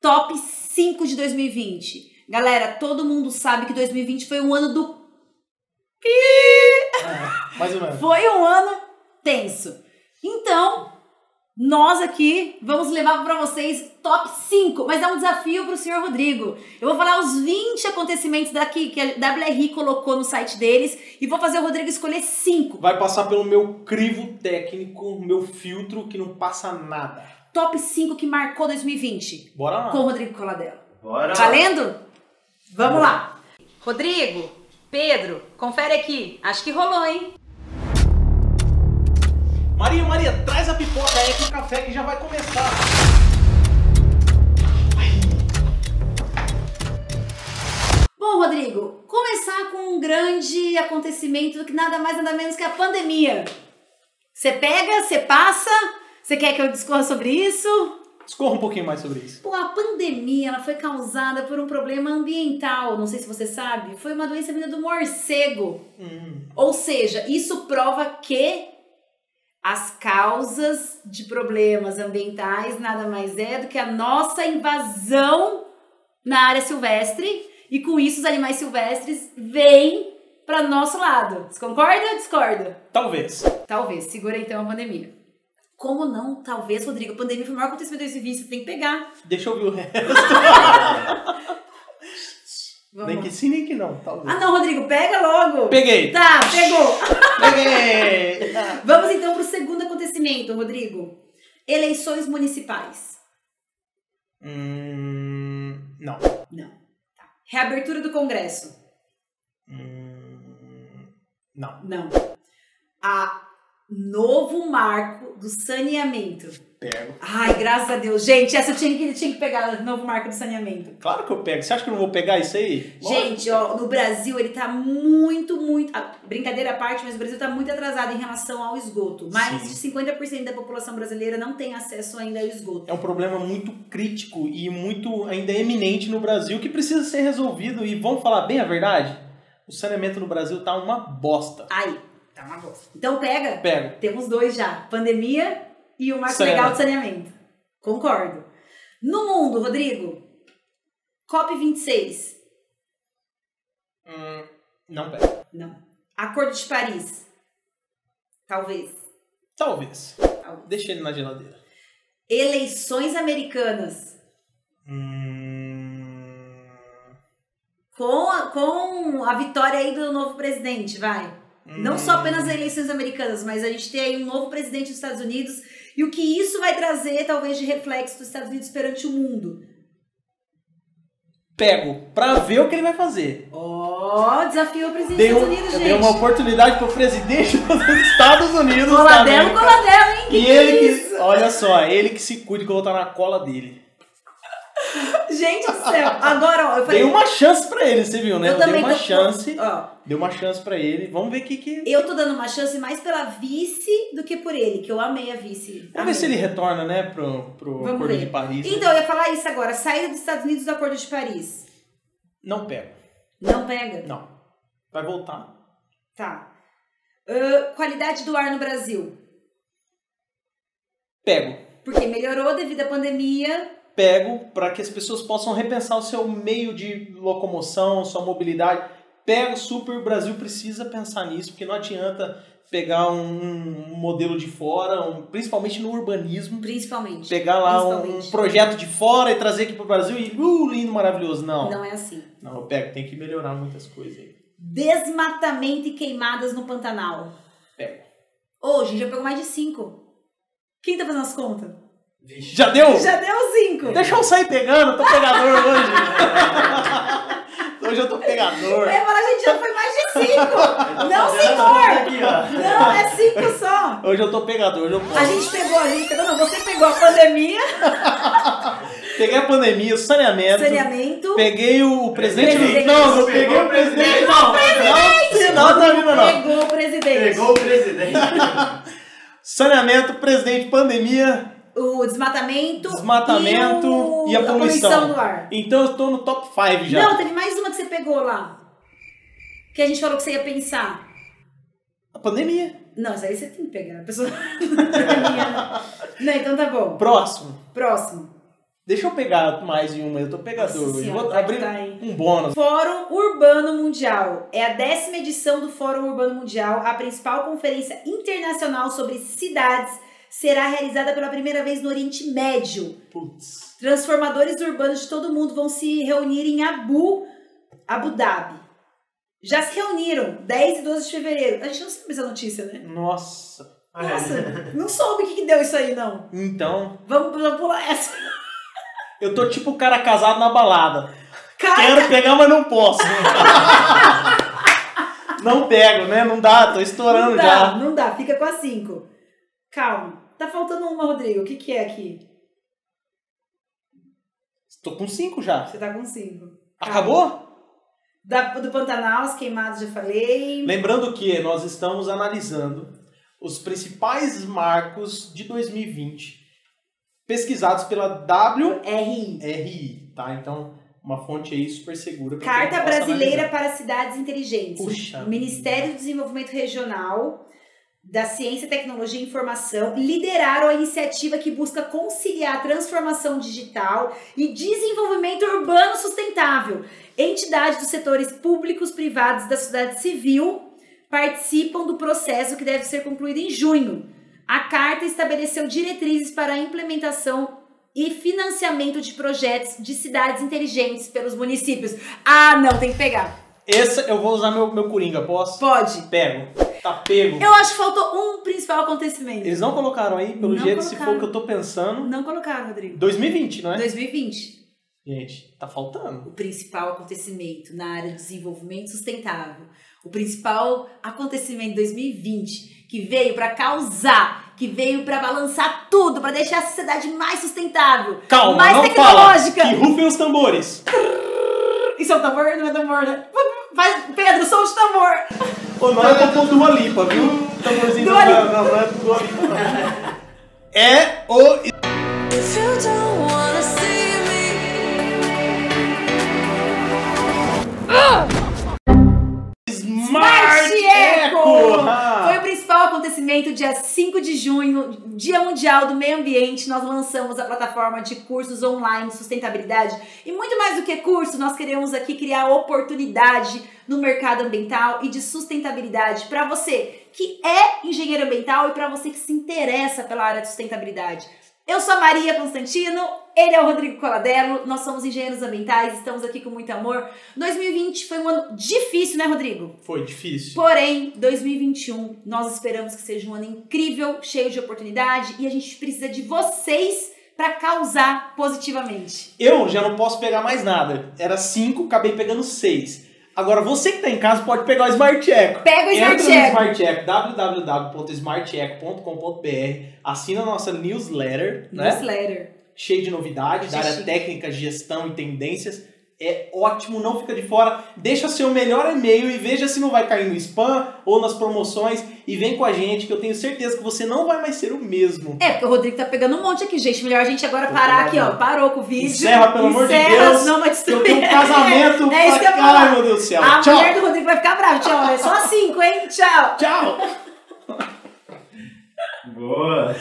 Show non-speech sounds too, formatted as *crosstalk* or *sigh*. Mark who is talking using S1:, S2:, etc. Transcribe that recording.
S1: Top 5 de 2020. Galera, todo mundo sabe que 2020 foi um ano do.
S2: É, mais ou menos.
S1: Foi um ano tenso. Então, nós aqui vamos levar para vocês top 5, mas é um desafio para o senhor Rodrigo. Eu vou falar os 20 acontecimentos daqui que a WRI colocou no site deles e vou fazer o Rodrigo escolher 5.
S2: Vai passar pelo meu crivo técnico, meu filtro que não passa nada.
S1: Top 5 que marcou 2020
S2: Bora lá.
S1: com o Rodrigo Coladella.
S3: Bora.
S1: Valendo? Vamos lá.
S4: Rodrigo, Pedro, confere aqui. Acho que rolou, hein?
S2: Maria, Maria, traz a pipoca aí que o café que já vai começar.
S1: Bom, Rodrigo, começar com um grande acontecimento que nada mais nada menos que a pandemia. Você pega, você passa, você quer que eu discorra sobre isso?
S2: Discorra um pouquinho mais sobre isso.
S1: Pô, a pandemia ela foi causada por um problema ambiental, não sei se você sabe, foi uma doença vinda do morcego.
S2: Hum.
S1: Ou seja, isso prova que as causas de problemas ambientais nada mais é do que a nossa invasão na área silvestre e com isso os animais silvestres vêm para nosso lado. Você concorda ou discorda?
S2: Talvez.
S1: Talvez, segura então a pandemia. Como não? Talvez, Rodrigo. A pandemia foi o maior acontecimento desse vício, você tem que pegar.
S2: Deixa eu ver o resto.
S1: *laughs* Vamos
S2: Nem
S1: lá.
S2: que sim, nem que não. Talvez.
S1: Ah não, Rodrigo, pega logo! *laughs*
S2: Peguei.
S1: Tá, pegou!
S2: Peguei. Ah.
S1: Vamos então pro segundo acontecimento, Rodrigo. Eleições municipais.
S2: hum, não.
S1: Não. Tá. Reabertura do Congresso.
S2: Hum, não.
S1: Não. A novo marco do saneamento.
S2: Pego.
S1: Ai, graças a Deus. Gente, essa eu tinha que, tinha que pegar o novo marco do saneamento.
S2: Claro que eu pego. Você acha que eu não vou pegar isso aí?
S1: Gente, ó, no Brasil ele tá muito, muito. ah, brincadeira à parte, mas o Brasil tá muito atrasado em relação ao esgoto. Mais de 50% da população brasileira não tem acesso ainda ao esgoto.
S2: é um problema muito crítico e muito ainda eminente no Brasil que precisa ser resolvido. E vamos falar bem a verdade? O saneamento no Brasil tá uma bosta.
S1: Aí, tá uma bosta. Então pega,
S2: Pega.
S1: temos dois já: pandemia e o marco
S2: Saneamento.
S1: legal de saneamento. Concordo. No mundo, Rodrigo, COP26.
S2: Hum, não pega.
S1: Não. Acordo de Paris. Talvez.
S2: Talvez.
S1: Talvez.
S2: Deixa ele na geladeira.
S1: Eleições americanas.
S2: Hum,
S1: Com a, com a vitória aí do novo presidente, vai. Não só
S2: Hum.
S1: apenas as eleições americanas, mas a gente tem aí um novo presidente dos Estados Unidos e o que isso vai trazer, talvez, de reflexo dos Estados Unidos perante o mundo.
S2: Pego pra ver o que ele vai fazer.
S1: Ó, desafio ao presidente
S2: Dei,
S1: dos
S2: um-
S1: Estados Unidos,
S2: dei uma
S1: gente.
S2: oportunidade pro presidente *laughs* dos Estados Unidos. da
S1: Coladelo,
S2: América.
S1: coladelo, hein? Que
S2: e
S1: que
S2: ele
S1: é
S2: que,
S1: isso?
S2: olha só, ele que se cuide que eu vou estar na cola dele.
S1: Gente do céu. Agora, ó, eu falei...
S2: Dei uma chance pra ele, você viu, né?
S1: Eu
S2: dei
S1: também
S2: uma
S1: tô-
S2: chance.
S1: Ó,
S2: Deu uma chance pra ele. Vamos ver o que que...
S1: eu tô dando uma chance mais pela vice do que por ele, que eu amei a vice.
S2: Vamos ver se
S1: Amei.
S2: ele retorna, né, pro, pro
S1: Vamos
S2: Acordo
S1: ver.
S2: de Paris. né?
S1: Então, eu ia falar isso agora. Saída dos Estados Unidos do Acordo de Paris.
S2: Não pega.
S1: Não pega.
S2: Não. Vai voltar.
S1: Tá. Ahn, qualidade do ar no Brasil.
S2: Pego.
S1: Porque melhorou devido à pandemia.
S2: Pego pra que as pessoas possam repensar o seu meio de locomoção, sua mobilidade. Pego super. O Brasil precisa pensar nisso, porque não adianta pegar um um modelo de fora, um- principalmente no urbanismo,
S1: Principalmente.
S2: pegar lá um
S1: Principalmente.
S2: projeto de fora e trazer aqui pro Brasil e uh, lindo, maravilhoso.
S1: Não é assim.
S2: Não, eu pego, tem que melhorar muitas coisas aí.
S1: Desmatamento e queimadas no Pantanal.
S2: Pego.
S1: Ô, gente, já pegou mais de cinco. Quem tá fazendo as contas?
S3: Vixe.
S2: Já deu?
S1: Já deu cinco.
S2: Deixa eu sair pegando, tô pegador hoje. *laughs* hoje eu tô pegador.
S1: Eu ia falar, gente, já foi mais de cinco.
S2: *laughs*
S3: Eu tô
S1: Não, senhor!
S3: fazendo essa conta Aqui,
S1: Não, é cinco só.
S2: Hoje eu tô pegador, hoje eu
S1: A
S2: posso.
S1: gente pegou, a gente pegou, não, você pegou a pandemia,
S2: Peguei a pandemia, tá o saneamento.
S1: saneamento.
S2: Peguei o presidente.
S1: Presidente.
S2: Não, não peguei o presidente. Não, não, não, não, não, não, não.
S1: Pegou o presidente.
S3: Pegou o presidente.
S2: tá Saneamento, presidente, pandemia.
S1: O desmatamento,
S2: Desmatamento
S1: e, o-
S2: e a
S1: poluição.
S2: poluição.
S1: do ar.
S2: Então eu tô no top 5 já.
S1: Não, teve mais uma que você pegou lá. Que a gente falou que você ia pensar.
S2: A pandemia.
S1: Não, isso aí você tem que *laughs* pegar. A pessoa. não, então tá bom.
S2: Próximo.
S1: Próximo.
S2: Deixa eu pegar mais de uma, eu tô pegador.
S1: Nossa
S2: hoje.
S1: Senhora,
S2: Vou
S1: vai
S2: abrir
S1: que tá, hein?
S2: um bônus.
S1: Fórum Urbano Mundial. É a décima edição do Fórum Urbano Mundial, a principal conferência internacional sobre cidades, será realizada pela primeira vez no Oriente Médio.
S2: Putz.
S1: Transformadores urbanos de todo mundo vão se reunir em Abu, Abu Dhabi. Já se reuniram 10 e 12 de fevereiro. A gente não sabe essa notícia, né?
S2: Nossa.
S1: Nossa, não soube o que, que deu isso aí, não.
S2: Então,
S1: Vamos, vamos pular essa.
S2: eu tô tipo o cara casado na balada.
S1: Cara,
S2: Quero pegar, mas
S1: *laughs*
S2: não posso. não pego, né? Não dá, tô
S1: não
S2: estourando
S1: dá,
S2: já.
S1: não dá. Fica com a 5. Calma. Tá faltando uma, Rodrigo. O que, que é aqui?
S2: Tô com cinco já.
S1: Você tá com 5.
S2: Acabou?
S1: Da, do Pantanal, os queimados, já falei.
S2: Lembrando que nós estamos analisando os principais marcos de 2020 pesquisados pela
S1: RI.
S2: WRI, tá? Então, uma fonte aí super segura. pra quem
S1: Carta
S2: possa
S1: Brasileira
S2: analisar.
S1: para Cidades Inteligentes.
S2: Puxa.
S1: O Ministério do Desenvolvimento Regional da Ciência, Tecnologia e Informação lideraram a iniciativa que busca conciliar a transformação digital e desenvolvimento urbano sustentável. Entidades dos setores públicos, privados da sociedade civil participam do processo que deve ser concluído em junho. A carta estabeleceu diretrizes para a implementação e financiamento de projetos de cidades inteligentes pelos municípios. Ah, não, tem que pegar.
S2: Essa eu vou usar meu, meu coringa, posso?
S1: Pode.
S2: Pego. Tá pego.
S1: Eu acho que faltou um principal acontecimento.
S2: Eles não colocaram aí, pelo
S1: Não
S2: jeito, se for
S1: colocaram.
S2: o que eu tô pensando.
S1: Não colocaram, Rodrigo.
S2: 2020, não é?
S1: 2020.
S2: Gente, tá faltando.
S1: O principal acontecimento na área de desenvolvimento sustentável. O principal acontecimento de 2020 que veio para causar, que veio para balançar tudo, para deixar a sociedade mais sustentável,
S2: Calma,
S1: mais
S2: não fala.
S1: tecnológica.
S2: Que rufem os tambores.
S1: Isso é um tambor? Não é tambor, né? Faz, Pedro, som de tambor.
S2: Ô, não é pra Dua Lipa, viu? Tamborzinho
S1: Dua
S2: não, não, não é pro Dua Lipa, não. *laughs* É o...
S5: If you don't wanna see me,
S2: Smart
S1: Eco!
S2: Eco! Ah.
S1: Foi o principal acontecimento, dia 5 de junho, Dia Mundial do Meio Ambiente. Nós lançamos a plataforma de cursos online de sustentabilidade. E muito mais do que curso, nós queremos aqui criar oportunidade no mercado ambiental e de sustentabilidade para você que é engenheiro ambiental e para você que se interessa pela área de sustentabilidade. Eu sou a Maria Constantino, ele é o Rodrigo Coladello, nós somos engenheiros ambientais, estamos aqui com muito amor. 2020 foi um ano difícil, né, Rodrigo?
S2: Foi difícil.
S1: Porém, 2021, nós esperamos que seja um ano incrível, cheio de oportunidade e a gente precisa de vocês para causar positivamente.
S2: Eu já não posso pegar mais nada. Era cinco, acabei pegando seis. Agora, você que tá em casa pode pegar o Smart Eco.
S1: Pega o Smart
S2: Entra
S1: é, Check.
S2: no Smart Eco, www.smarteco.com.br, assina a nossa newsletter, né?
S1: Newsletter.
S2: Cheio de novidades, da
S1: Achei
S2: área
S1: chique.
S2: técnica, gestão e tendências. É ótimo, não fica de fora. Deixa seu melhor e-mail e veja se não vai cair no spam ou nas promoções. E vem com a gente, que eu tenho certeza que você não vai mais ser o mesmo.
S1: É, porque o Rodrigo tá pegando um monte aqui, gente. Melhor a gente agora
S2: Tô
S1: parar
S2: pegando.
S1: aqui, ó. Parou com o vídeo.
S2: Encerra, pelo amor de
S1: Encerra,
S2: Deus,
S1: senão vai
S2: Eu
S1: destruir. *laughs*
S2: tenho um casamento.
S1: É isso que eu ia
S2: pra- Ai,
S1: falar.
S2: meu Deus do céu.
S1: A
S2: Tchau.
S1: mulher do Rodrigo vai ficar brava. Tchau, é só cinco, hein? Tchau.
S2: Tchau.
S3: Boa.